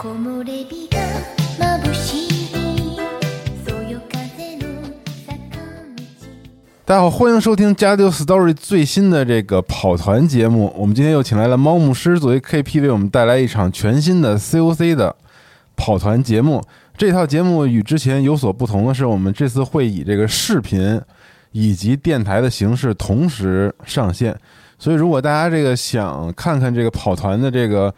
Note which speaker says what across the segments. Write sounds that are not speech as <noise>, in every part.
Speaker 1: 木漏れ日が眩しいそよ風の坂道
Speaker 2: 大家好，欢迎收听《加丢 Story》最新的这个跑团节目。我们今天又请来了猫牧师作为 KP，为我们带来一场全新的 COC 的跑团节目。这套节目与之前有所不同的是，我们这次会以这个视频以及电台的形式同时上线。所以，如果大家这个想看看这个跑团的这个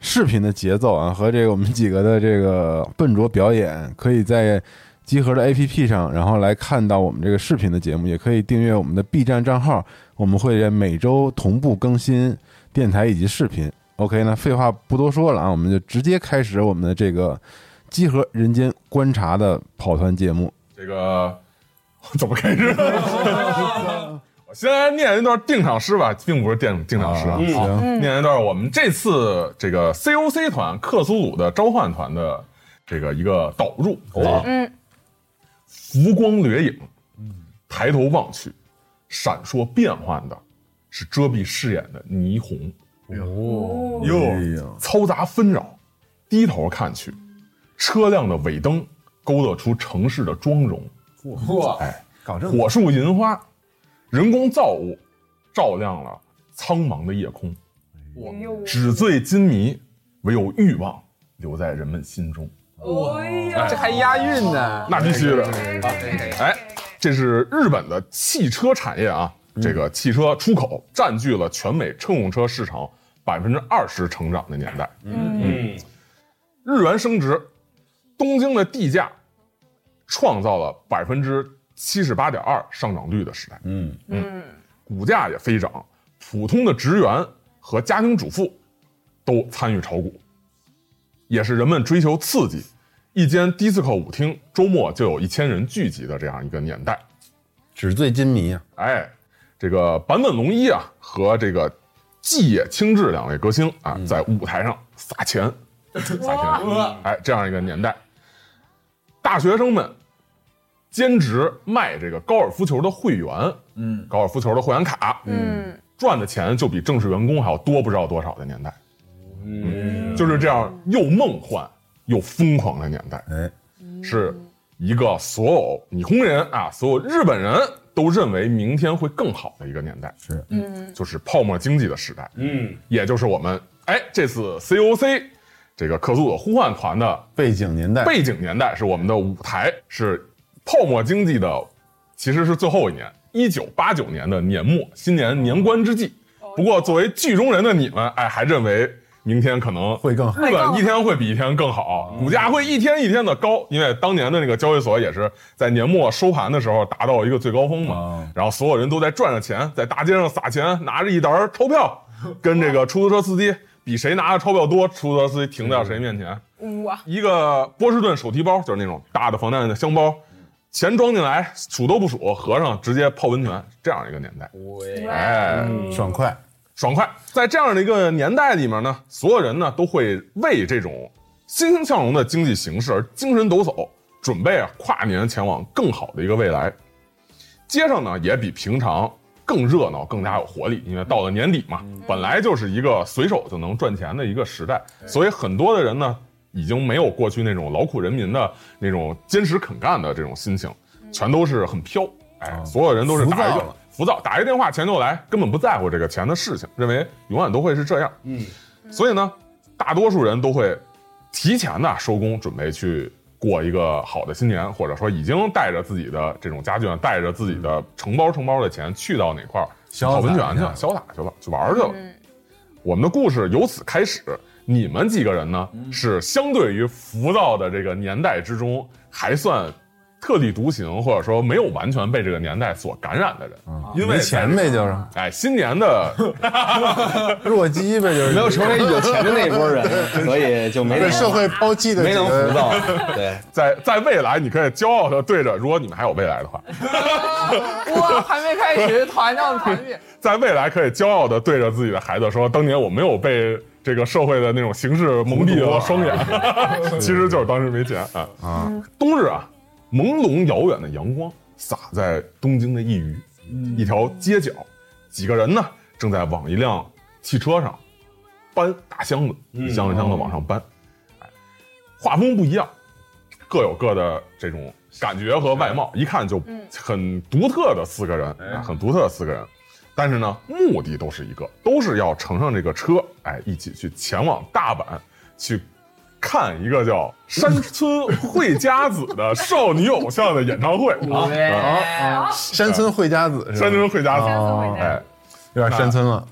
Speaker 2: 视频的节奏啊，和这个我们几个的这个笨拙表演，可以在集合的 APP 上，然后来看到我们这个视频的节目，也可以订阅我们的 B 站账号，我们会每周同步更新电台以及视频。OK，那废话不多说了啊，我们就直接开始我们的这个集合人间观察的跑团节目。
Speaker 3: 这个 <laughs> 怎么开始？我先来念一段定场诗吧，并不是定定场诗啊。
Speaker 2: 嗯行
Speaker 3: 好念一段我们这次这个 COC 团克苏鲁的召唤团的这个一个导入
Speaker 2: 哦
Speaker 3: 啊。嗯，浮光掠影，抬头望去，闪烁变幻的是遮蔽视野的霓虹。
Speaker 2: 哦
Speaker 3: 哟，嘈杂纷扰，低头看去，车辆的尾灯勾勒出城市的妆容。
Speaker 4: 哇，
Speaker 3: 哎，
Speaker 4: 搞这
Speaker 3: 火树银花，人工造物照亮了苍茫的夜空。纸醉金迷，唯有欲望留在人们心中。
Speaker 4: 这还押韵呢，
Speaker 3: 那必须的。哎，这是日本的汽车产业啊，这个汽车出口占据了全美乘用车市场百分之二十成长的年代。嗯，日元升值，东京的地价创造了百分之七十八点二上涨率的时代。嗯嗯，股价也飞涨，普通的职员和家庭主妇都参与炒股，也是人们追求刺激。一间迪斯科舞厅周末就有一千人聚集的这样一个年代。
Speaker 2: 纸醉金迷啊，
Speaker 3: 哎，这个坂本龙一啊和这个季野清志两位歌星啊，在舞台上撒钱，撒钱，哎，这样一个年代，大学生们兼职卖这个高尔夫球的会员，嗯，高尔夫球的会员卡，嗯，赚的钱就比正式员工还要多不知道多少的年代，嗯，就是这样又梦幻又疯狂的年代，
Speaker 2: 哎，
Speaker 3: 是一个所有你红人啊，所有日本人都认为明天会更好的一个年代，
Speaker 2: 是，
Speaker 3: 嗯，就是泡沫经济的时代，嗯，也就是我们哎这次 COC 这个克苏鲁呼唤团的
Speaker 2: 背景年代，
Speaker 3: 背景年代是我们的舞台，是泡沫经济的，其实是最后一年，一九八九年的年末，新年年关之际。不过，作为剧中人的你们，哎，还认为明天可能
Speaker 5: 会更好
Speaker 3: 日本一天会比一天更好，股价会一天一天的高，因为当年的那个交易所也是在年末收盘的时候达到一个最高峰嘛
Speaker 6: 哦，
Speaker 3: 然后所有人都在赚着钱，在大街上撒钱，拿着一沓儿钞票，跟这个出租车司机比谁拿的钞票多，出租车司机停在谁面前。
Speaker 7: 啊
Speaker 4: 哇，
Speaker 3: 一个波士顿手提包，就是那种大的防弹的箱包，钱装进来数都不数，合上直接泡温泉，这样一个年代，哎，
Speaker 5: 爽快。
Speaker 3: 爽快。在这样的一个年代里面呢，所有人呢都会为这种欣欣向荣的经济形势而精神抖擞，准备啊跨年前往更好的一个未来。街上呢也比平常更热闹，更加有活力，因为到了年底嘛，本来就是一个随手就能赚钱的一个时代，所以很多的人呢已经没有过去那种劳苦人民的那种坚持肯干的这种心情，全都是很飘。哎，所有人都是
Speaker 5: 浮躁
Speaker 3: 打一个
Speaker 5: 了
Speaker 3: 浮躁，打一电话钱就来，根本不在乎这个钱的事情，认为永远都会是这样。嗯，所以呢，大多数人都会提前的收工，准备去过一个好的新年，或者说已经带着自己的这种家眷，带着自己的成包成包的钱去到哪块儿
Speaker 5: 嗯潇洒
Speaker 3: 泡温泉去
Speaker 5: 一
Speaker 3: 了
Speaker 5: 下，
Speaker 3: 潇洒去了，去玩儿去了。我们的故事由此开始。你们几个人呢，
Speaker 5: 嗯
Speaker 3: 是相对于浮躁的这个年代之中，还算特立独行，或者说没有完全被这个年代所感染的人，因
Speaker 5: 嗯
Speaker 3: 为
Speaker 5: 没钱呗，就是
Speaker 3: 哎，新年
Speaker 5: <laughs>
Speaker 3: 的
Speaker 5: 弱鸡呗，就是
Speaker 6: 没有成为有钱的那波
Speaker 2: <laughs>
Speaker 6: 人，所以就没
Speaker 2: 被
Speaker 6: 能
Speaker 2: 社会抛弃的
Speaker 6: 没能
Speaker 2: 几个 <laughs>
Speaker 6: 浮躁。对，
Speaker 3: 在在未来，你可以骄傲的对着，如果你们还有未来的话，
Speaker 7: 哇，还没开始，团长团灭，
Speaker 3: 在未来可以骄傲的对着自己的孩子说，当年我没有被这个社会的那种形式蒙蔽了双眼， <laughs> 其实就是当时没钱啊啊！冬日啊，朦胧遥远的阳光洒在东京的一隅，一条街角，几个人呢正在往一辆汽车上搬大箱子，一箱一箱的往上搬，哎画风不一样，各有各的这种感觉和外貌，一看就很独特的四个人，啊很独特的四个人。但是呢，目的都是一个，都是要乘上这个车，哎，一起去前往大阪，去看一个叫山村惠佳子的少女偶像的演唱会啊。
Speaker 7: 啊，
Speaker 2: 山村惠家子，
Speaker 3: 山村惠佳子，
Speaker 4: 哦
Speaker 3: 哎，
Speaker 2: 有点山村了，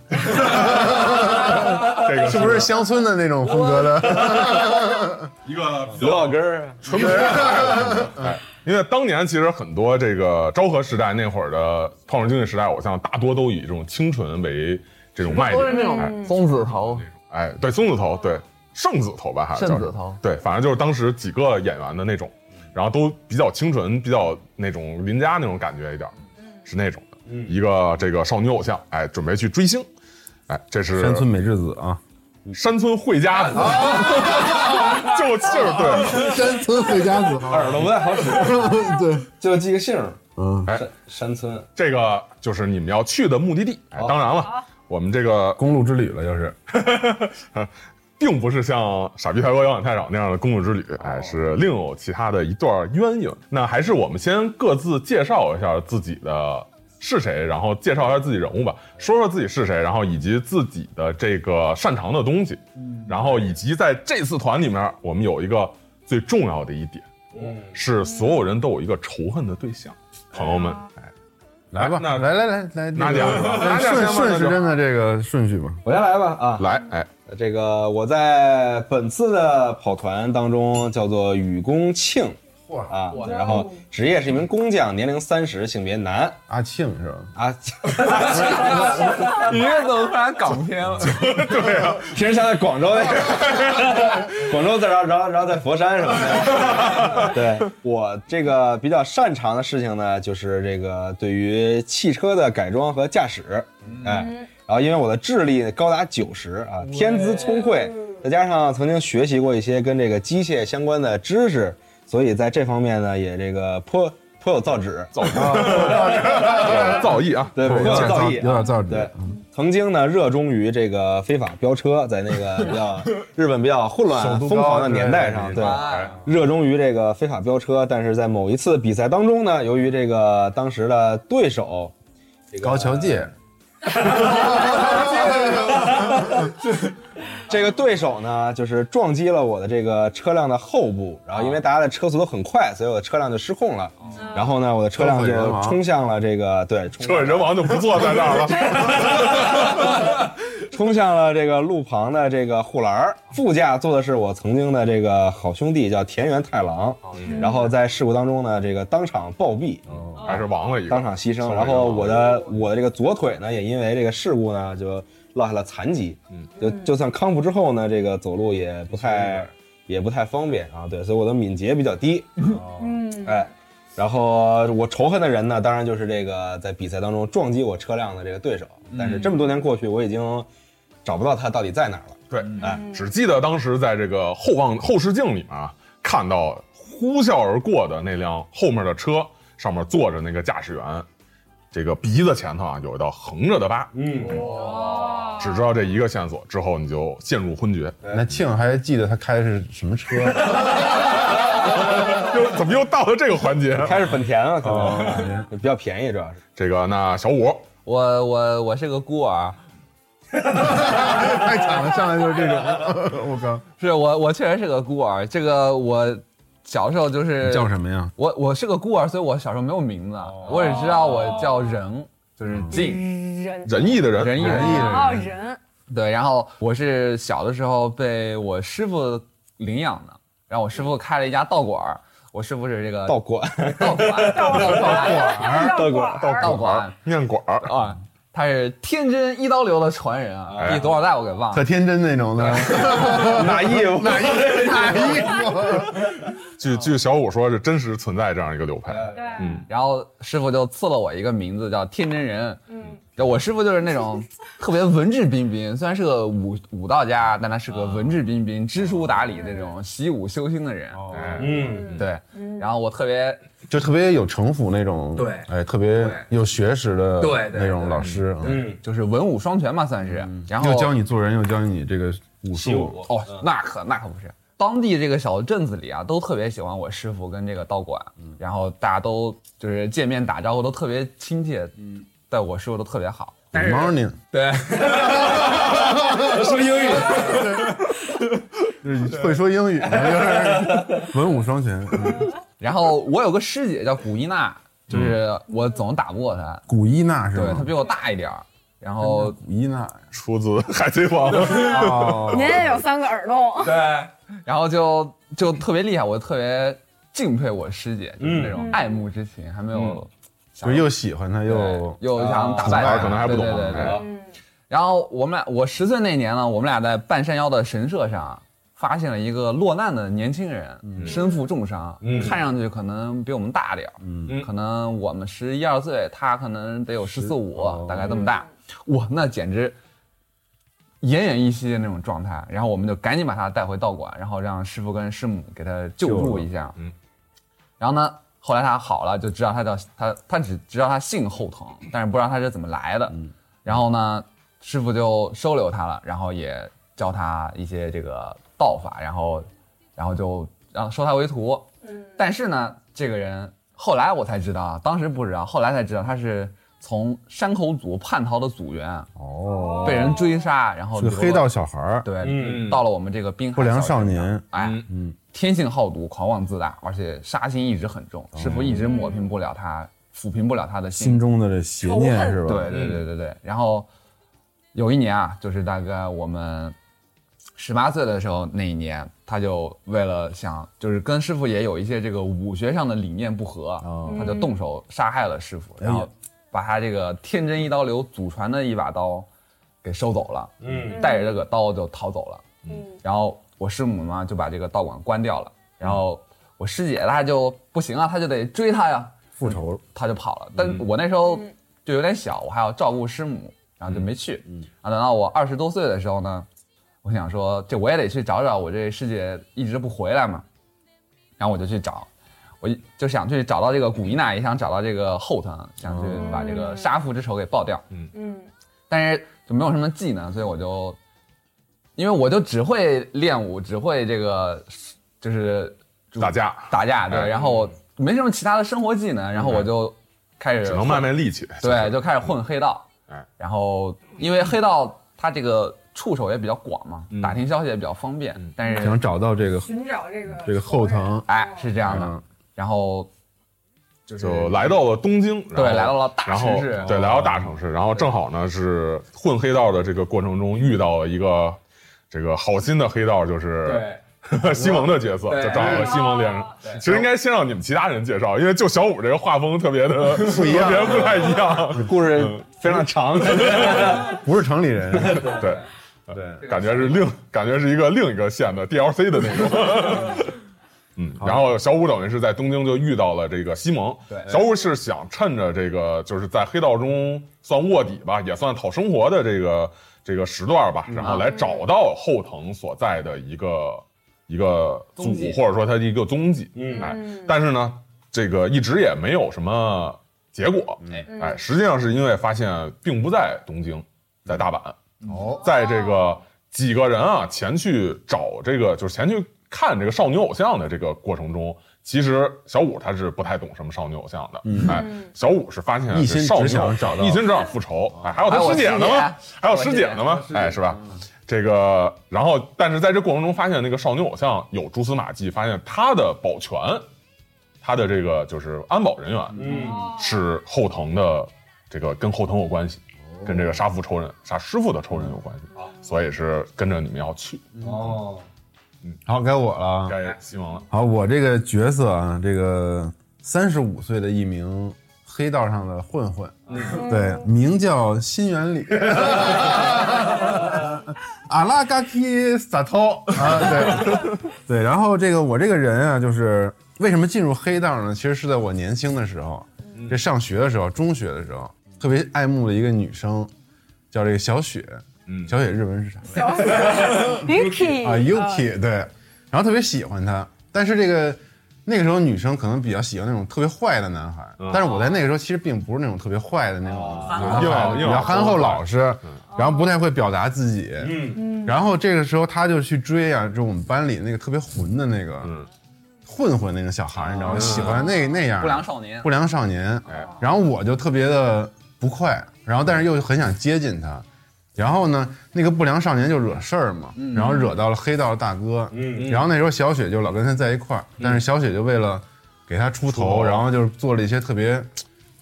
Speaker 3: 这个
Speaker 2: 是不是乡村的那种风格的？
Speaker 3: 一个比
Speaker 6: 刘老根儿，
Speaker 3: 纯朴的人？啊 <laughs> 哎，因为当年其实很多这个昭和时代那会儿的泡沫经济时代偶像，大多都以这种清纯为这种卖点，
Speaker 7: 都是那种嗯
Speaker 3: 哎
Speaker 7: 松子头，
Speaker 3: 哎，对，松子头，对，圣子头吧，还是叫
Speaker 7: 圣子头
Speaker 3: 对，反正就是当时几个演员的那种，然后都比较清纯，比较那种邻家那种感觉一点儿，
Speaker 7: 嗯
Speaker 3: 是那种的，一个这个少女偶像，哎，准备去追星，哎，这是
Speaker 5: 山村美智子啊，
Speaker 3: 山村惠家子， <laughs> 就就是对，
Speaker 2: 山村惠家子，
Speaker 6: 耳朵不太好使，
Speaker 2: <laughs> 对，
Speaker 6: <laughs>
Speaker 2: 嗯
Speaker 6: 就记个姓儿。
Speaker 3: 哎
Speaker 6: 山山村，
Speaker 3: 这个就是你们要去的目的地，哎，当然了，我们这个
Speaker 5: 公路之旅了，就是
Speaker 3: 并不是像《傻逼泰国摇滚太少》那样的公路之旅，哎，是另有其他的一段渊源。那还是我们先各自介绍一下自己的是谁，然后介绍一下自己人物吧，说说自己是谁，然后以及自己的这个擅长的东西，然后以及在这次团里面，我们有一个最重要的一点，是所有人都有一个仇恨的对象，朋友们，哎，
Speaker 5: 来吧，
Speaker 3: 那
Speaker 5: 来来来来，
Speaker 3: 拿
Speaker 5: 这个
Speaker 3: 奖拿奖
Speaker 5: 顺
Speaker 3: 先吧
Speaker 5: 顺时
Speaker 3: 那就
Speaker 5: 针的这个顺序吧。
Speaker 6: 我先来吧啊！
Speaker 3: 来，哎，
Speaker 6: 这个我在本次的跑团当中叫做雨公庆，啊，然后职业是一名工匠，年龄三十，性别男
Speaker 5: 阿庆是吧？
Speaker 6: 啊。
Speaker 7: <laughs> 你这怎么突然港片了？
Speaker 6: 平时像在广州那个，广州在然后然后然后在佛山什么的。对我这个比较擅长的事情呢，就是这个对于汽车的改装和驾驶，哎，然后因为我的智力高达九十啊，天资聪慧，再加上曾经学习过一些跟这个机械相关的知识，所以在这方面呢，也这个颇颇有造诣，
Speaker 3: 造诣，造诣啊，
Speaker 6: 对，颇 <laughs> 有造诣
Speaker 5: 有，点造
Speaker 6: 对
Speaker 5: 诣。，
Speaker 6: 曾经呢热衷于这个非法飙车，在那个比
Speaker 5: <laughs>
Speaker 6: 较日本比较混乱
Speaker 5: 都高
Speaker 6: 疯狂的年代上，
Speaker 5: 对
Speaker 6: 对，热衷于这个非法飙车。但是在某一次比赛当中呢，由于这个当时的对手，这个
Speaker 5: 高桥介，
Speaker 6: 这个对手呢，就是撞击了我的这个车辆的后部，然后
Speaker 5: 啊
Speaker 6: 因为大家的车速都很快，所以我的车辆就失控了。然后呢，我的车辆
Speaker 5: 车毁哦人
Speaker 6: 就
Speaker 5: 亡
Speaker 6: 冲向了这个对，冲
Speaker 3: 这人王就不坐在这儿了，
Speaker 6: 冲向了这个路旁的这个护栏儿，副驾坐的是我曾经的这个好兄弟，叫田园太郎。然后在事故当中呢，这个当场暴毙，
Speaker 3: 还是亡了一个，
Speaker 6: 当场牺
Speaker 3: 稍
Speaker 6: 牲。
Speaker 3: 微
Speaker 6: 然后我
Speaker 3: 亡了
Speaker 6: 的我的这个左腿呢，也因为这个事故呢，就落下了残疾。嗯，就就算康复之后呢，这个走路也不太也不太方便啊。对，所以我的敏捷比较低。
Speaker 4: 嗯，
Speaker 6: 哎，然后我仇恨的人呢，当然就是这个在比赛当中撞击我车辆的这个对手。但是这么多年过去，我已经找不到他到底在哪儿了。
Speaker 3: 一个对，哎，只记得当时在这个后望后视镜里面啊，看到呼啸而过的那辆后面的车上面坐着那个驾驶员，这个鼻子前头啊有一道横着的疤，
Speaker 4: 哦，
Speaker 3: 只知道这一个线索，之后你就陷入昏厥。 <laughs>
Speaker 5: 那庆还记得他开的是什么
Speaker 2: <laughs>
Speaker 5: 车？
Speaker 3: 又怎么又到了这个环节？
Speaker 6: 开始本田啊了，可能比较便宜，主要是。
Speaker 3: 这个那小五，
Speaker 7: 我我我是个孤儿，
Speaker 2: 太惨了，上来就是这 <laughs> 种，我靠！
Speaker 7: 是我我确实是个孤儿。这个我小时候就是
Speaker 5: 叫什么呀？
Speaker 7: 我我是个孤儿，所以我小时候没有名字，我只知道我叫仁，就是静
Speaker 4: 人
Speaker 3: 仁义的人，
Speaker 7: 仁义
Speaker 2: 仁
Speaker 7: 的
Speaker 2: 义
Speaker 7: 义。
Speaker 4: 哦人，
Speaker 7: 对，然后我是小的时候被我师傅领养的，然后我师傅开了一家道馆儿，我师傅是这个
Speaker 6: 道馆，
Speaker 7: 道馆道馆
Speaker 4: 道馆
Speaker 6: 道
Speaker 7: 道馆
Speaker 3: 面馆儿，
Speaker 7: 啊，他是天津一刀流的传人啊，
Speaker 3: 哎
Speaker 7: 第多少代我给忘
Speaker 2: 可
Speaker 7: 了。
Speaker 2: 天真那种的，
Speaker 6: <laughs> 哪义务？哪义
Speaker 2: 哪一个？
Speaker 3: 据据小五说，是真实存在这样一个流派。
Speaker 4: 对，
Speaker 3: 嗯
Speaker 7: 然后师傅就赐了我一个名字叫天真人，
Speaker 4: 嗯，
Speaker 7: 就我师傅就是那种特别文质彬彬，虽然是个武武道家，但他是个
Speaker 5: 啊
Speaker 7: 文质彬彬、知书达理那种习武修心的人。
Speaker 5: 哦
Speaker 3: 哎，
Speaker 6: 嗯，
Speaker 7: 对，然后我特别
Speaker 5: <laughs> 就特别有城府那种，
Speaker 7: 对
Speaker 5: 哎，特别有学识的
Speaker 7: 对对
Speaker 5: 那种老师，嗯，
Speaker 7: 就是文武双全嘛，算是。然后
Speaker 5: 又教你嗯做人，又教你这个武
Speaker 6: 习
Speaker 5: 术，
Speaker 6: 武
Speaker 7: 哦，那可那可不是。当地这个小镇子里啊，都特别喜欢我师傅跟这个道馆，
Speaker 5: 嗯
Speaker 7: 然后大家都就是见面打招呼都特别亲切，
Speaker 5: 嗯
Speaker 7: 对我师傅都特别好。但是
Speaker 5: Good morning，
Speaker 7: 对，
Speaker 6: 说英语，
Speaker 2: <laughs> 就是会说英语吗，就是文武双全。嗯
Speaker 7: 然后我有个师姐叫古一娜，就是我总打不过她，
Speaker 2: 古一娜
Speaker 3: 嗯
Speaker 2: 是
Speaker 7: 对她
Speaker 2: 吗？
Speaker 7: 比我大一点儿，然后
Speaker 2: 古一娜，
Speaker 3: 出自海贼王。
Speaker 4: 您也有三个耳洞，
Speaker 7: 对，然后就就特别厉害，我特别敬佩我师姐，就是那
Speaker 3: 嗯
Speaker 7: 种爱慕之情，还没有
Speaker 5: 就是又喜欢他又
Speaker 2: 哦
Speaker 7: 对又想打败
Speaker 3: 啊哦
Speaker 7: 她，
Speaker 3: 可能还不懂
Speaker 7: 对对对对
Speaker 3: 哎
Speaker 4: 嗯，
Speaker 7: 然后我们俩，我十岁那年呢，我们俩在半山腰的神社上发现了一个落难的年轻人，身负重伤，看上去可能比我们大点儿，
Speaker 3: 嗯
Speaker 7: 可能我们十一二岁，他可能得有十四五，大概这么大。哇，那简直奄奄一息的那种状态。然后我们就赶紧把他带回道馆，然后让师傅跟师母给他救助一下。
Speaker 3: 嗯
Speaker 7: 然后呢，后来他好了，就知道他叫他，他只知道他姓后藤，但是不知道他是怎么来的。然后呢，师傅就收留他了，然后也教他一些这个道法，然后，然后就让收他为徒。但是呢，这个人后来我才知道啊，当时不知道，后来才知道他是从山口组叛逃的组员，啊
Speaker 5: 哦，
Speaker 7: 被人追杀，然后
Speaker 5: 是个
Speaker 7: 流落
Speaker 5: 黑道小孩儿，
Speaker 7: 对，
Speaker 6: 嗯
Speaker 7: 到了我们这个滨海
Speaker 5: 不良少
Speaker 7: 小镇
Speaker 5: 年
Speaker 7: 上，哎，
Speaker 5: 嗯
Speaker 7: 天性好赌，狂妄自大，而且杀心一直很重，师傅一直抹平不了他，抚平不了他的
Speaker 5: 哦心
Speaker 7: 心。
Speaker 5: 中的这邪念是吧？嗯
Speaker 7: 对对对对对。然后有一年啊，就是大概我们十八岁的时候那一年，他就为了想，就是跟师傅也有一些这个武学上的理念不合，
Speaker 5: 哦嗯
Speaker 7: 他就动手杀害了师傅，然后把他这个天真一刀流祖传的一把刀给收走了。
Speaker 6: 嗯，
Speaker 7: 带着这个刀就逃走了。
Speaker 4: 嗯
Speaker 7: 然后我师母呢就把这个道馆关掉了，然后我师姐她就不行啊，她就得追他呀，
Speaker 5: 复仇
Speaker 7: 她就跑了。但我那时候就有点小，我还要照顾师母，然后就没去。
Speaker 5: 嗯
Speaker 7: 啊，等到我二十多岁的时候呢，我想说这我也得去找找我这师姐一直不回来嘛，然后我就去找。我一就想去找到这个古伊娜，也想找到这个后藤，想去把这
Speaker 5: 哦
Speaker 7: 个杀父之仇给报掉。
Speaker 4: 嗯
Speaker 7: 但是就没有什么技能，所以我就，因为我就只会练武，只会这个就是
Speaker 3: 打架
Speaker 7: 打架，
Speaker 3: 哎
Speaker 7: 对，然后我没什么其他的生活技能，然后我就开始
Speaker 3: 嗯只能卖卖力气。
Speaker 7: 对，就开始混黑道。
Speaker 3: 哎
Speaker 7: 然后因为黑道它这个触手也比较广嘛，
Speaker 3: 嗯
Speaker 7: 打听消息也比较方便，但是
Speaker 5: 想找到这个
Speaker 4: 寻找这个
Speaker 5: 这个后藤
Speaker 4: 仇人
Speaker 2: 嗯
Speaker 3: 嗯
Speaker 7: 嗯哎，是这样的。
Speaker 5: 嗯
Speaker 7: 然后就是
Speaker 3: 就来到了东京，然后
Speaker 7: 对来到了大
Speaker 3: 然后
Speaker 7: 城市嗯
Speaker 3: 对，来到大城市，然后正好呢是混黑道的这个过程中遇到了一个这个好心的黑道，就是
Speaker 7: 对
Speaker 3: <laughs> 西蒙的角色，
Speaker 7: 对
Speaker 3: 就找了西蒙连上。其实应该先让你们其他人介绍，因为就小五这个画风特别的不一样，特别不太一样。
Speaker 6: 故事非常长，
Speaker 2: 不是城里人， <laughs>
Speaker 3: 对，
Speaker 6: 对，
Speaker 3: 感觉是另感觉是一个另一个县的 DLC 的那种。 <laughs> 嗯，然后小五等于是在东京就遇到了这个西蒙。
Speaker 7: 对
Speaker 3: 小五是想趁着这个就是在黑道中算卧底吧，也算讨生活的这个这个时段吧，然后来找到后藤所在的一个一个组
Speaker 7: 踪迹
Speaker 3: 或者说他的一个踪迹。嗯，哎，但是呢，这个一直也没有什么结果。
Speaker 4: 嗯
Speaker 3: 哎，实际上是因为发现并不在东京，在大阪。
Speaker 2: 哦，
Speaker 3: 在这个几个人啊前去找这个，就是前去看这个少女偶像的这个过程中，其实小五他是不太懂什么少女偶像的，哎，
Speaker 4: 嗯
Speaker 3: 小五是发现
Speaker 2: 一心
Speaker 3: 这少女
Speaker 2: 只想
Speaker 3: 偶
Speaker 2: 找到
Speaker 3: 一心只想复仇，哎，还有
Speaker 7: 还有
Speaker 3: 他
Speaker 7: 我
Speaker 3: 师姐呢
Speaker 7: 师姐
Speaker 3: 吗？还有
Speaker 7: 我
Speaker 3: 师
Speaker 7: 师
Speaker 3: 姐
Speaker 7: 姐
Speaker 3: 呢吗？哎，是吧？这个，然后但是在这过程中发现那个少女偶像有蛛丝马迹，发现她的保全，她的这个就是安保人员，
Speaker 4: 嗯
Speaker 3: 是后藤的这个跟后藤有关系，跟这个杀父仇人、杀师傅的仇人有关系，
Speaker 2: 哦
Speaker 3: 所以是跟着你们要去，
Speaker 6: 哦，
Speaker 2: 然后该我了啊。
Speaker 3: 该西蒙了。
Speaker 2: 好，我这个角色啊，这个三十五岁的一名黑道上的混混，对，名叫新原里， <laughs> 阿拉嘎基萨托啊，对对。然后这个我这个人啊，就是为什么进入黑道呢？其实是在我年轻的时候，这上学的时候，中学的时候，特别爱慕的一个女生，叫这个小雪。
Speaker 3: 嗯
Speaker 2: 小雪日文是啥？
Speaker 7: 嗯
Speaker 4: Yuki
Speaker 2: 啊，Yuki 对，然后特别喜欢他，但是这个那个时候女生可能比较喜欢那种特别坏的男孩，但是我在那个时候其实并不是那种特别坏的那种男
Speaker 3: 硬
Speaker 2: 孩
Speaker 3: 朗，
Speaker 2: 比
Speaker 3: 硬朗
Speaker 2: 较憨厚老实，然后不太会表达自己，嗯，然后这个时候他就去追啊，就我们班里那个特别混的那个，混混那个小孩儿，你知道吗？喜欢那那样的
Speaker 7: 不良少年
Speaker 2: 不良少年。然后我就特别的不快，然后但是又很想接近他。然后呢，那个不良少年就惹事儿嘛，然后惹到了黑道大哥。然后那时候小雪就老跟他在一块儿，但是小雪就为了给他嗯出头，啊然后就是做了一些特别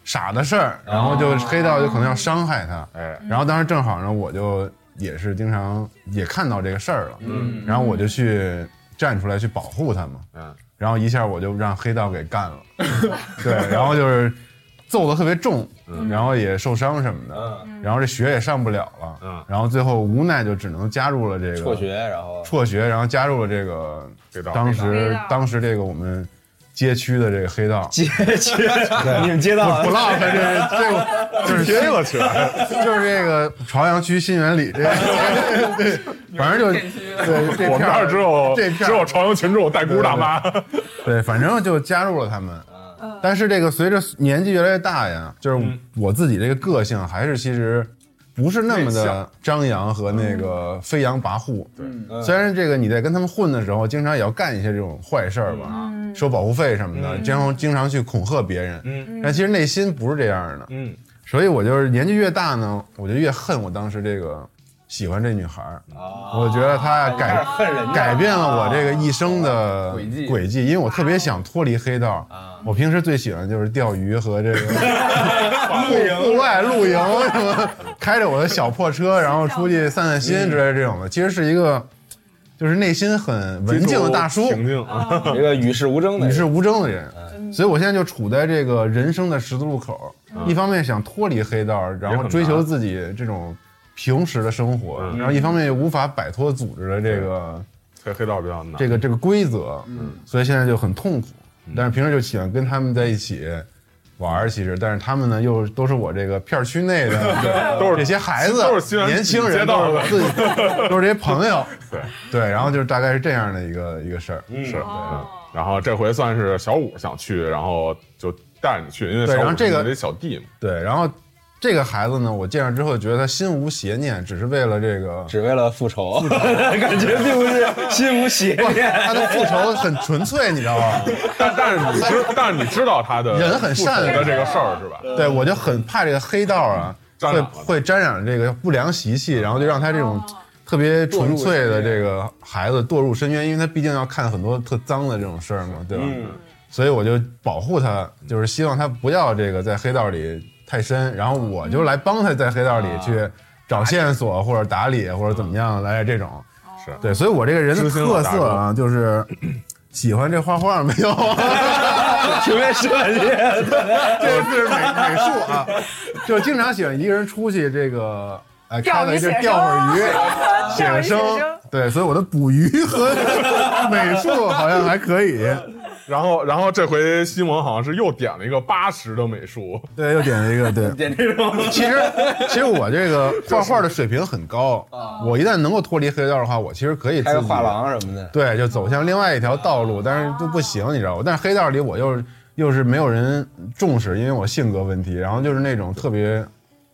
Speaker 2: 傻的事儿，然后就黑道就可能要伤害他。
Speaker 3: 哎，
Speaker 2: 然后当时正好呢，我就也是经常也看到这个事儿了，然后我就去站出来去保护他嘛，
Speaker 3: 嗯
Speaker 2: 然后一下我就让黑道给干了， <laughs> 对，然后就是揍的特别重，
Speaker 4: 嗯
Speaker 2: 然后也受伤什么
Speaker 6: 嗯
Speaker 2: 的，然后这学也上不了了，
Speaker 3: 嗯
Speaker 2: 然后最后无奈就只能加入了这个
Speaker 6: 辍学，然后
Speaker 2: 辍学，然后加入了这个
Speaker 3: 黑道
Speaker 2: 当
Speaker 4: 黑
Speaker 2: 时
Speaker 4: 道
Speaker 2: 当时这个我们街区的这个黑道，
Speaker 6: 街区，你们街道 <laughs>
Speaker 2: 不落下这这个
Speaker 3: <laughs>
Speaker 2: 就是
Speaker 3: 贴了去，
Speaker 2: 就是这个朝阳区新源里
Speaker 3: <laughs>
Speaker 2: 这，对，反正就对这
Speaker 3: 我们
Speaker 2: 片
Speaker 3: 那儿只有
Speaker 2: 这片
Speaker 3: 只有朝阳群众带姑大妈， <laughs>
Speaker 2: 对，反正就加入了他们。但是这个随着年纪越来越大呀，就是我自己这个个性还是其实不是那么
Speaker 3: 内
Speaker 2: 的
Speaker 3: 向
Speaker 2: 张扬和那个飞扬跋扈。对，虽然这个你在跟他们混的时候，经常也要干一些这种坏事儿吧，收保护费什么的，经常经常去恐吓别人。嗯，但其实内心不是这样的。
Speaker 3: 嗯，
Speaker 2: 所以我就是年纪越大呢，我就越恨我当时这个喜欢这女孩儿。我觉得她呀改
Speaker 6: 恨人家
Speaker 2: 改变了我这个一生的
Speaker 7: 轨迹
Speaker 2: 嗯轨迹，因为我特别想脱离黑道。我平时最喜欢就是钓鱼和这个户户外露营什么，开着我的小破车，然后出去散散心之类这种的。其实是一个，就是内心很文静的大叔，啊
Speaker 3: 平静，啊
Speaker 6: 一个与世无争的
Speaker 2: 与
Speaker 6: 人，
Speaker 2: 世无争的人，所以我现在就处在这个人生的十字路口，一方面想脱离黑道，然后追求自己这种平时的生活，然后一方面又无法摆脱组织的这个
Speaker 3: 对黑道比较难。
Speaker 2: <laughs> 这个这个规则，
Speaker 3: 嗯
Speaker 2: 所以现在就很痛苦。但是平时就喜欢跟他们在一起玩儿，其实，但是他们呢又都是我这个片儿区内
Speaker 3: <laughs>
Speaker 2: 的，
Speaker 3: 都是
Speaker 2: 这些孩子，
Speaker 3: 都是西安
Speaker 2: 年轻人，都
Speaker 3: 街道
Speaker 2: 是
Speaker 3: 的
Speaker 2: 我自己，
Speaker 3: <laughs>
Speaker 2: 都是这些朋友，
Speaker 3: 对
Speaker 2: <laughs> 对，然后就是大概是这样的一个一个事儿，
Speaker 3: 是，嗯然后这回算是小五想去，然后就带你去，因为
Speaker 2: 对然
Speaker 3: 小
Speaker 2: 后
Speaker 3: 五
Speaker 2: 这个
Speaker 3: 是你的小弟嘛，
Speaker 2: 对，然后这个孩子呢，我见着之后觉得他心无邪念，只是为了这
Speaker 3: <laughs>
Speaker 2: 个，
Speaker 6: 只为了复仇，感觉并不是心无 <laughs> 邪念，
Speaker 2: 他的复仇很纯粹，你知道吗？
Speaker 3: 但但是你
Speaker 2: <laughs>
Speaker 3: 知但是你知道他的
Speaker 2: 人很善良呃
Speaker 3: 的这个事儿是吧？
Speaker 2: 对，我就很怕这个黑道啊，
Speaker 3: 沾
Speaker 2: 会
Speaker 3: 嗯染了嗯
Speaker 2: 会沾染这个不良习气，然后就让他这种特别纯粹
Speaker 3: 嗯
Speaker 2: 的这个孩子堕入深渊，因为他毕竟要看很多特脏的这种事儿嘛，对吧？所以我就保护他，就是希望他不要这个在黑道里太深，然后我就来帮他在黑道里
Speaker 3: 嗯
Speaker 2: 去找线索或者打理或者怎么样，来这种。
Speaker 3: 是
Speaker 2: 对，所以我这个人的
Speaker 3: 知心老
Speaker 2: 特
Speaker 3: 大
Speaker 2: 色啊，就是 <coughs> 喜欢这画画没有？ <laughs>
Speaker 6: 平面设
Speaker 2: <laughs>
Speaker 6: 计，
Speaker 2: 这是美美术
Speaker 4: <laughs>
Speaker 2: 啊，就经常喜欢一个人出去这个。哎，开
Speaker 4: 钓鱼
Speaker 2: 了一地
Speaker 4: 写
Speaker 2: 钓会儿鱼， <laughs> 写
Speaker 4: 钓
Speaker 2: 个
Speaker 4: 鱼写
Speaker 2: 生
Speaker 4: 生，
Speaker 2: 对，所以我的捕鱼和
Speaker 4: <laughs>
Speaker 2: 美术好像还可以，
Speaker 3: 然后，然后这回西蒙好像是又点了一个八十的美术，
Speaker 2: 对，又点了一个，对，
Speaker 6: <laughs> 点这种
Speaker 2: <laughs> 其实，其实我这个画画的水平很高，我一旦能够脱离黑道的话，我其实可以自
Speaker 6: 啊开
Speaker 2: 己
Speaker 6: 个画，廊什么的，
Speaker 2: 对，就走向另外一条道路，但是就不行，你知道吗？但是黑道里我又又是没有人重视，因为我性格问题，然后就是那种特别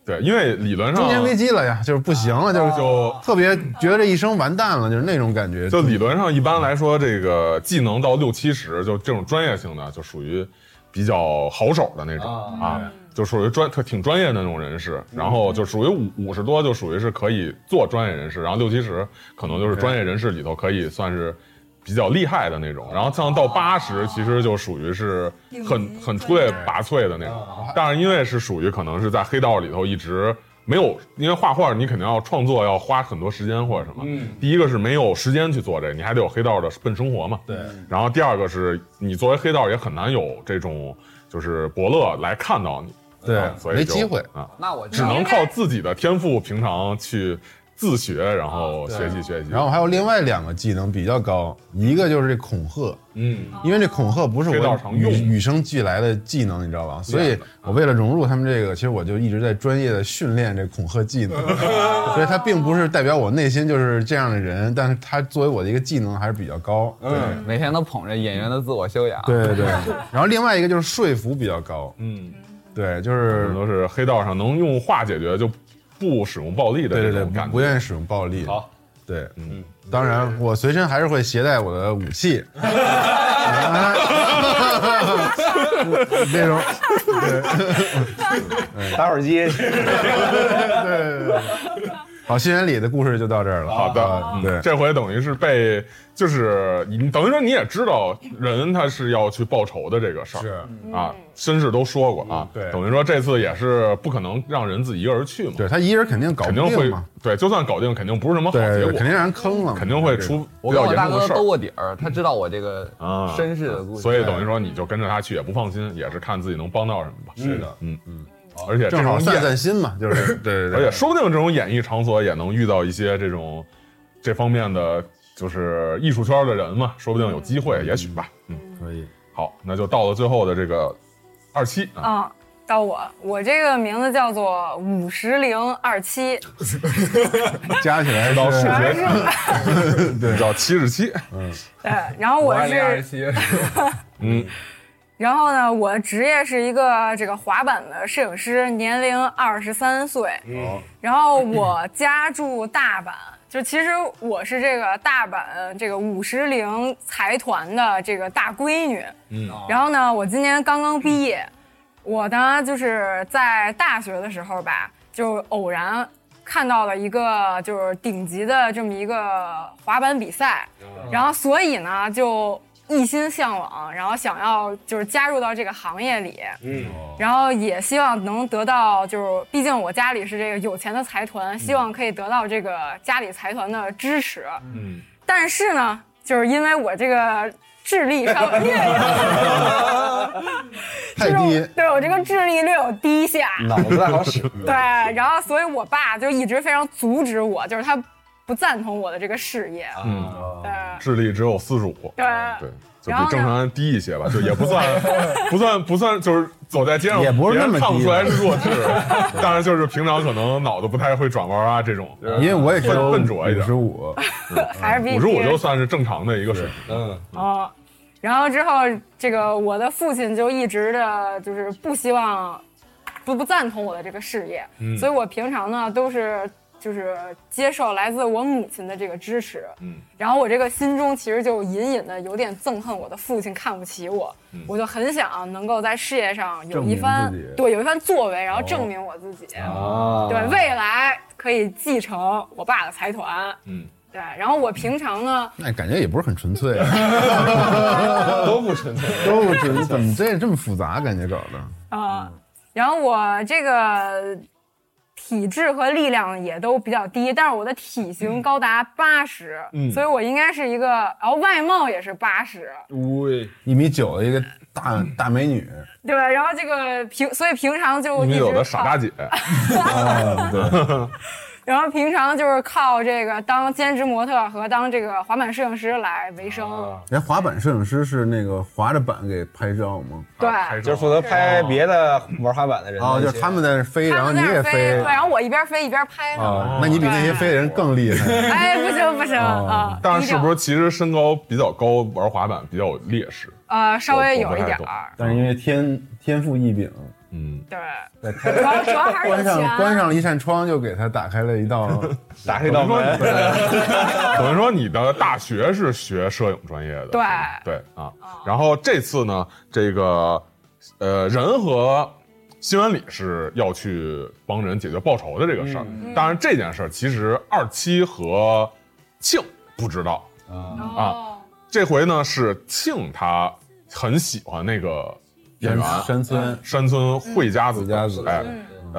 Speaker 3: 对，因为理论
Speaker 2: 中
Speaker 3: 上
Speaker 2: 年危机了呀，就是不行
Speaker 3: 啊
Speaker 2: 了，就是
Speaker 3: 就
Speaker 2: 特别觉得这一生完蛋了，就是那种感觉。
Speaker 3: 就理论上一般来说，这个技能到六七十，就这种专业性的，就属于比较好手的那种
Speaker 6: 啊
Speaker 3: 啊，就属于专特挺专业的那种人士。然后就属于五五十多，就属于是可以做专业人士，然后六七十可能就是专业人士里头可以算是比较厉害的那种。然后像到八十，其实就属于是很很出类拔萃的那啊种。但是因为是属于可能是在黑道里头一直。没有，因为画画你肯定要创作，要花很多时间或者什么。第一个是没有时间去做这个，你还得有黑道的奔生活嘛。对。然后第二个是你作为黑道也很难有这种就是伯乐来看到你，
Speaker 2: 对
Speaker 3: 啊，所以
Speaker 2: 没
Speaker 3: 就
Speaker 2: 机会
Speaker 3: 啊，
Speaker 7: 那我知
Speaker 3: 只
Speaker 7: 道
Speaker 3: 能靠自己的天赋，平常去自学，然后学习学习。
Speaker 2: 然后还有另外两个技能比较高，一个就是这恐吓，
Speaker 3: 嗯，
Speaker 2: 因为这恐吓不是
Speaker 3: 这道
Speaker 2: 我
Speaker 3: 常用
Speaker 2: 与与生俱来的技能，你知道吧？所以我为了融入他们这个，其实我就一直在专业的训练这恐吓
Speaker 3: <laughs>
Speaker 2: 技能，所以它并不是代表我内心就是这样的人，但是它作为我的一个技能还是比较高。
Speaker 6: 嗯，
Speaker 7: 每天都捧着演员的自我修养。
Speaker 2: 对对对。然后另外一个就是说服比较高，
Speaker 3: 嗯，
Speaker 2: 对，就
Speaker 3: 这
Speaker 2: 是
Speaker 3: 都是黑道上能用话解决就不使用暴力的
Speaker 2: 对对
Speaker 3: 这
Speaker 2: 对，
Speaker 3: 种
Speaker 2: 不
Speaker 3: 感觉。
Speaker 2: 不愿意使用暴力。
Speaker 6: 好，
Speaker 2: 对，嗯，当然我随身还是会携带我的武
Speaker 3: <laughs>
Speaker 2: 器。啊那种
Speaker 6: 打火机，
Speaker 2: 好，新原里的故事就到这儿了。
Speaker 3: 好的，
Speaker 2: 啊
Speaker 3: 嗯
Speaker 2: 对，
Speaker 3: 这回等于是被，就是你等于说你也知道人他是要去报仇的这个事儿，
Speaker 2: 是
Speaker 7: 嗯
Speaker 3: 啊，绅士都说过
Speaker 2: 嗯
Speaker 3: 啊，
Speaker 2: 对
Speaker 3: 等于说这次也是不可能让人自己一个人去嘛，
Speaker 2: 对他一人肯定搞
Speaker 3: 肯
Speaker 2: 不
Speaker 3: 定
Speaker 2: 定
Speaker 3: 会
Speaker 2: 嘛，
Speaker 3: 对，就算搞定，肯定不是什么好
Speaker 2: 对
Speaker 3: 结
Speaker 2: 对
Speaker 3: 果，
Speaker 2: 对，肯定让人坑了嘛，
Speaker 3: 肯定会出
Speaker 7: 我
Speaker 3: 比
Speaker 7: 跟
Speaker 3: 较
Speaker 7: 我
Speaker 3: 严
Speaker 7: 大
Speaker 3: 重
Speaker 7: 哥
Speaker 3: 的事
Speaker 7: 兜
Speaker 3: 儿
Speaker 7: 过底儿，他知道我这个
Speaker 3: 啊
Speaker 7: 绅士的故事，
Speaker 3: 所以等于说你就跟着他去也不放心，也是看自己能帮到什么吧，
Speaker 2: 这个。
Speaker 3: 嗯嗯，而且这
Speaker 2: 正好
Speaker 3: 种
Speaker 2: 散
Speaker 3: 演，
Speaker 2: 散心嘛，就是对
Speaker 3: <laughs>
Speaker 2: 对
Speaker 3: 而
Speaker 2: 对
Speaker 3: 且，说不定这种演艺场所也能遇到一些这种这方面的。就是艺术圈的人嘛，说不定有机会，也许吧。嗯，
Speaker 2: 可以。
Speaker 3: 好，那就到了最后的这个二期啊，
Speaker 4: 啊，到我，我这个名字叫做五十零二七，
Speaker 2: 加起来
Speaker 3: 到
Speaker 4: 哦
Speaker 3: 数
Speaker 2: 是
Speaker 3: 学对，叫七十七，
Speaker 4: 对，然后我
Speaker 7: 二零二
Speaker 4: 是，
Speaker 7: 七，
Speaker 3: 嗯，
Speaker 4: 然后呢，我职业是一个这个滑板的摄影师，年龄二十三岁，然后我家住大阪。就其实我是这个大阪这个五十铃财团的这个大闺女，然后呢，我今年刚刚毕业，我呢就是在大学的时候吧，就偶然看到了一个就是顶级的这么一个滑板比赛，然后所以呢就一心向往，然后想要就是加入到这个行业里，嗯，然后也希望能得到就是，毕竟我家里是这个有钱的财团，希望可以得到这个家里财团的支持，
Speaker 3: 嗯，
Speaker 4: 但是呢，就是因为我这个智力稍微略有， <laughs>
Speaker 2: 太低，
Speaker 4: 对我这个智力略有低下，
Speaker 6: 脑子不太好使。
Speaker 2: 嗯
Speaker 4: 对，然后所以我爸就一直非常阻止我，就是他不赞同我的这个事业，
Speaker 3: 嗯
Speaker 4: 对
Speaker 3: 智力只有四十五，
Speaker 4: 对
Speaker 3: 对，就
Speaker 4: 然
Speaker 3: 比
Speaker 4: 后呢
Speaker 3: 正常人低一些吧，就也不
Speaker 4: <laughs>
Speaker 3: 算不算不算，就是走在街上
Speaker 2: 也不是那么低
Speaker 3: 别人看不出来是弱智，
Speaker 2: <laughs>
Speaker 3: 当然就是平常可能脑子不太会转弯啊这种，
Speaker 2: 因为我也只有
Speaker 3: 笨笨拙一
Speaker 2: 五
Speaker 3: 点
Speaker 2: 十五，
Speaker 4: 还是比
Speaker 3: 五十五就算是正常的一个水平。
Speaker 6: 嗯，
Speaker 4: 哦，然后之后这个我的父亲就一直的就是不希望，不不赞同我的这个事业，
Speaker 2: 嗯
Speaker 4: 所以我平常呢都是就是接受来自我母亲的这个支持，
Speaker 3: 嗯
Speaker 4: 然后我这个心中其实就隐隐的有点憎恨我的父亲看不起我，我就很想能够在事业上有一番
Speaker 2: 嗯证明自己哦
Speaker 4: 对有一番作为，然后证明我自己，
Speaker 6: <laughs> 啊
Speaker 4: 对未来可以继承我爸的财团，
Speaker 3: 嗯，
Speaker 4: 对，然后我平常呢，
Speaker 2: 那哎感觉也不是很纯粹，啊
Speaker 3: <laughs>
Speaker 6: 都不纯粹。
Speaker 2: 都不纯粹，怎么这这么复杂？感觉搞的，
Speaker 4: 啊、
Speaker 3: 嗯
Speaker 4: 然后我这个体质和力量也都比较低，但是我的体
Speaker 3: 嗯
Speaker 4: 型高达八十、所以我应该是一个，然后外貌也是八十，
Speaker 6: 喂，
Speaker 2: 一米九的一个大大美女，
Speaker 4: 对吧？然后这个平，所以平常就
Speaker 3: 你们
Speaker 4: 一直
Speaker 3: 有的傻
Speaker 4: 靠
Speaker 3: 大姐，
Speaker 4: 然后平常就是靠这个当兼职模特和当这个滑板摄影师来为生，
Speaker 3: 啊
Speaker 2: 哎，滑板摄影师是那个滑着板给拍照吗？
Speaker 4: 对。
Speaker 3: 啊
Speaker 6: 就是负责拍别的玩滑板的人的
Speaker 2: 哦，
Speaker 6: 一些
Speaker 2: 就是他们在那飞，然后
Speaker 4: 们
Speaker 2: 你
Speaker 4: 在那
Speaker 2: 也
Speaker 4: 儿飞，对，
Speaker 2: 飞，
Speaker 4: 然后我一边飞一边拍他们。
Speaker 3: 啊
Speaker 2: 哦，那你比那些飞的人更厉害。
Speaker 4: 哎，不行不行啊！
Speaker 3: 但是是不
Speaker 4: 低
Speaker 3: 是其实身高比较高，玩滑板比较有劣势？
Speaker 4: 调呃稍微
Speaker 3: 我
Speaker 4: 有
Speaker 3: 不
Speaker 4: 一
Speaker 3: 太
Speaker 4: 点
Speaker 3: 懂
Speaker 4: 儿？
Speaker 2: 但是因为天天赋异禀，
Speaker 3: 嗯，
Speaker 4: 对，主要主要还是 <laughs> 有
Speaker 2: 关上关
Speaker 4: 钱。
Speaker 2: 上了一扇窗，就给他打开了一 <laughs> 道。
Speaker 6: 打开一道门，
Speaker 3: 等于说你的 <laughs> 大学是学摄影专业的，
Speaker 4: 对哦
Speaker 3: 对啊。然后这次呢，这个呃，人和新闻里是要去帮人解决报仇的这个事儿。
Speaker 4: 嗯
Speaker 6: 嗯
Speaker 3: 当然，这件事儿其实二七和庆不知道，
Speaker 4: 哦，
Speaker 3: 这回呢是庆他很喜欢那个演员
Speaker 2: 山村
Speaker 3: 山村惠家子，
Speaker 2: 惠家子
Speaker 3: 哎，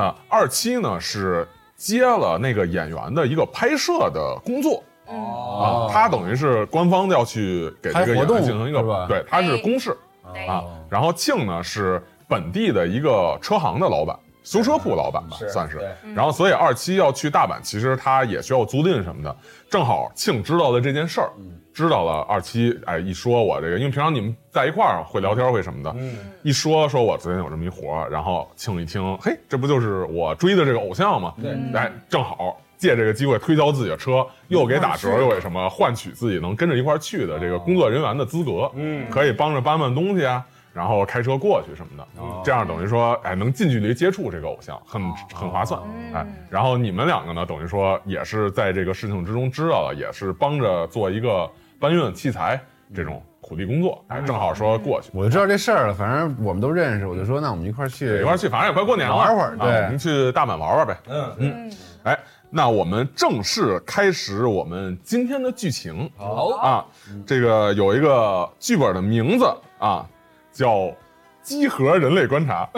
Speaker 3: 啊，二期呢是接了那个演员的一个拍摄的工作。
Speaker 4: 嗯
Speaker 3: 啊，他等于是官方要去给这个演
Speaker 2: 拍活动
Speaker 3: 员进行一
Speaker 2: 是吧哦
Speaker 3: 个，对，他是公示
Speaker 4: 对
Speaker 3: 啊。然后庆呢是本地的一个车行的老板，修车铺老板吧，
Speaker 6: 是
Speaker 3: 算是
Speaker 6: 对。
Speaker 3: 然后所以二期要去大阪，其实他也需要租赁什么的。正好庆知道了这件事儿，
Speaker 2: 嗯
Speaker 3: 知道了二期，哎，一说我这个，因为平常你们在一块儿会聊天会什么的，一说说我昨天有这么一活儿，然后庆一听，嘿，这不就是我追的这个偶像吗？对，哎，正好。借这个机会推销自己的车，又给打折，又给什么，换取自己能跟着一块儿去的这个工作人员的资格，哦嗯，可以帮着搬搬东西啊，然后开车过去什么的，这样等于说，哎，能近距离接触这个偶像，很很划算，哎。然后你们两个呢，等于说也是在这个事情之中知道了，也是帮着做一个搬运器材这种苦力工作，哎，正好说过去，
Speaker 2: 我就知道这事儿了，反正我们都认识，我就说那我们一块儿去
Speaker 3: 一块儿去，反正也快过年了，
Speaker 2: 玩会儿对
Speaker 3: 啊我们去大阪玩玩呗。嗯嗯，哎，那我们正式开始我们今天的剧情。
Speaker 7: 好
Speaker 3: 啊，这个有一个剧本的名字啊，叫《集合人类观察》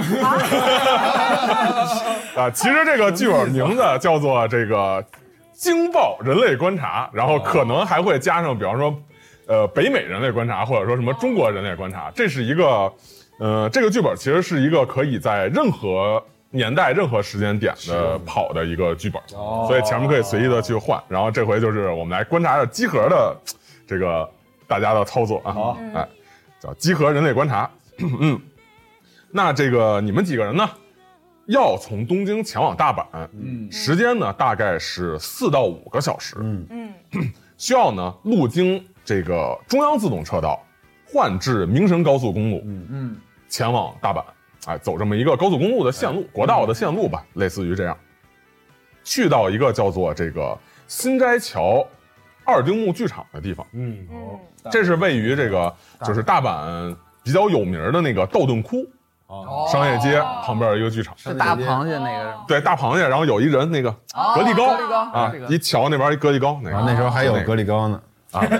Speaker 3: 啊。其实这个剧本名字叫做这个《惊爆人类观察》，然后可能还会加上，比方说，呃，北美人类观察，或者说什么中国人类观察。这是一个，呃，这个剧本其实是一个可以在任何。年代任何时间点的跑的一个剧本，所以前面可以随意的去换。然后这回就是我们来观察一下集合的这个大家的操作啊。
Speaker 6: 好
Speaker 4: 嗯
Speaker 3: 哎，叫集合人类观察。嗯，那这个你们几个人呢，要从东京前往大阪，嗯，时间呢大概是四到五个小时，嗯嗯，需要呢路经这个中央自动车道，换至明神高速公路，嗯嗯，前往大阪，哎，走这么一个高速公路的线路，国道的线路吧，类似于这样，去到一个叫做这个新斋桥二丁目剧场的地方。
Speaker 6: 嗯，
Speaker 3: 这是位于这个就是大阪比较有名的那个道顿窟商业街旁边一个剧场。
Speaker 7: 哦是大螃蟹那个是吗
Speaker 3: 对，大螃蟹，然后有一人那个格力高
Speaker 7: 格力高
Speaker 3: 啊
Speaker 7: 格力，高
Speaker 3: 一瞧那边一格力高，那
Speaker 2: 然后那
Speaker 3: 个
Speaker 2: 时候还有哦
Speaker 3: 那个
Speaker 2: 格力高 <laughs> 呢，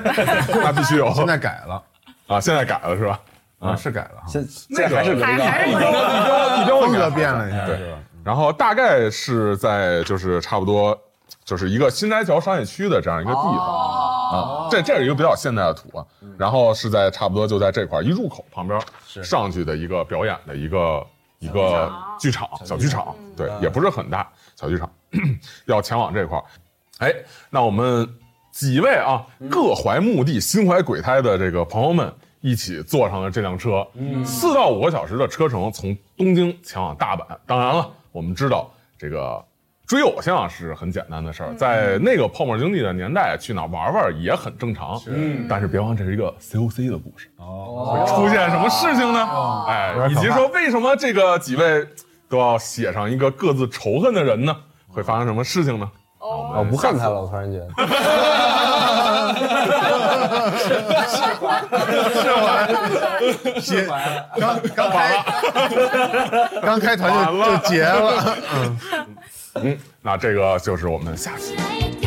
Speaker 3: 那必 <laughs> 须有
Speaker 2: 现在改了
Speaker 3: 啊， <laughs> 现在改了是吧？
Speaker 2: 啊，是改了哈，
Speaker 6: 现这还是格
Speaker 4: 还
Speaker 6: 力高，
Speaker 4: 还是
Speaker 3: 地标
Speaker 2: 风格变了一下，
Speaker 3: 对
Speaker 2: 是吧？
Speaker 3: 然后大概是在就是差不多就是一个新斋桥商业区的这样一个地
Speaker 7: 哦
Speaker 3: 方啊，这这是一个比较现代的图啊。然后是在差不多就在这块儿一入口旁边上去的一个表演的一个一个剧场小剧场，对，也不是很大小剧场， <clears throat> 要前往这块儿。哎，那我们几位啊，各怀目的、心怀鬼胎的这个朋友们，一起坐上了这辆车，四、到五个小时的车程，从东京前往大阪。当然了，我们知道这个追偶像是很简单的事儿，在那个泡沫经济的年代，去哪儿玩玩也很正常。嗯，但是别忘了，这是一个 COC 的故事。会出现什么事情呢？哎，以及说为什么这个几位都要写上一个各自仇恨的人呢？会发生什么事情呢？
Speaker 6: 我
Speaker 3: 我
Speaker 6: 哦不恨他了，我突然觉得，
Speaker 2: 结刚 <laughs> 刚开，刚开团就就结了，
Speaker 3: 那这个就是我们下
Speaker 1: 「
Speaker 3: 期
Speaker 1: 開いて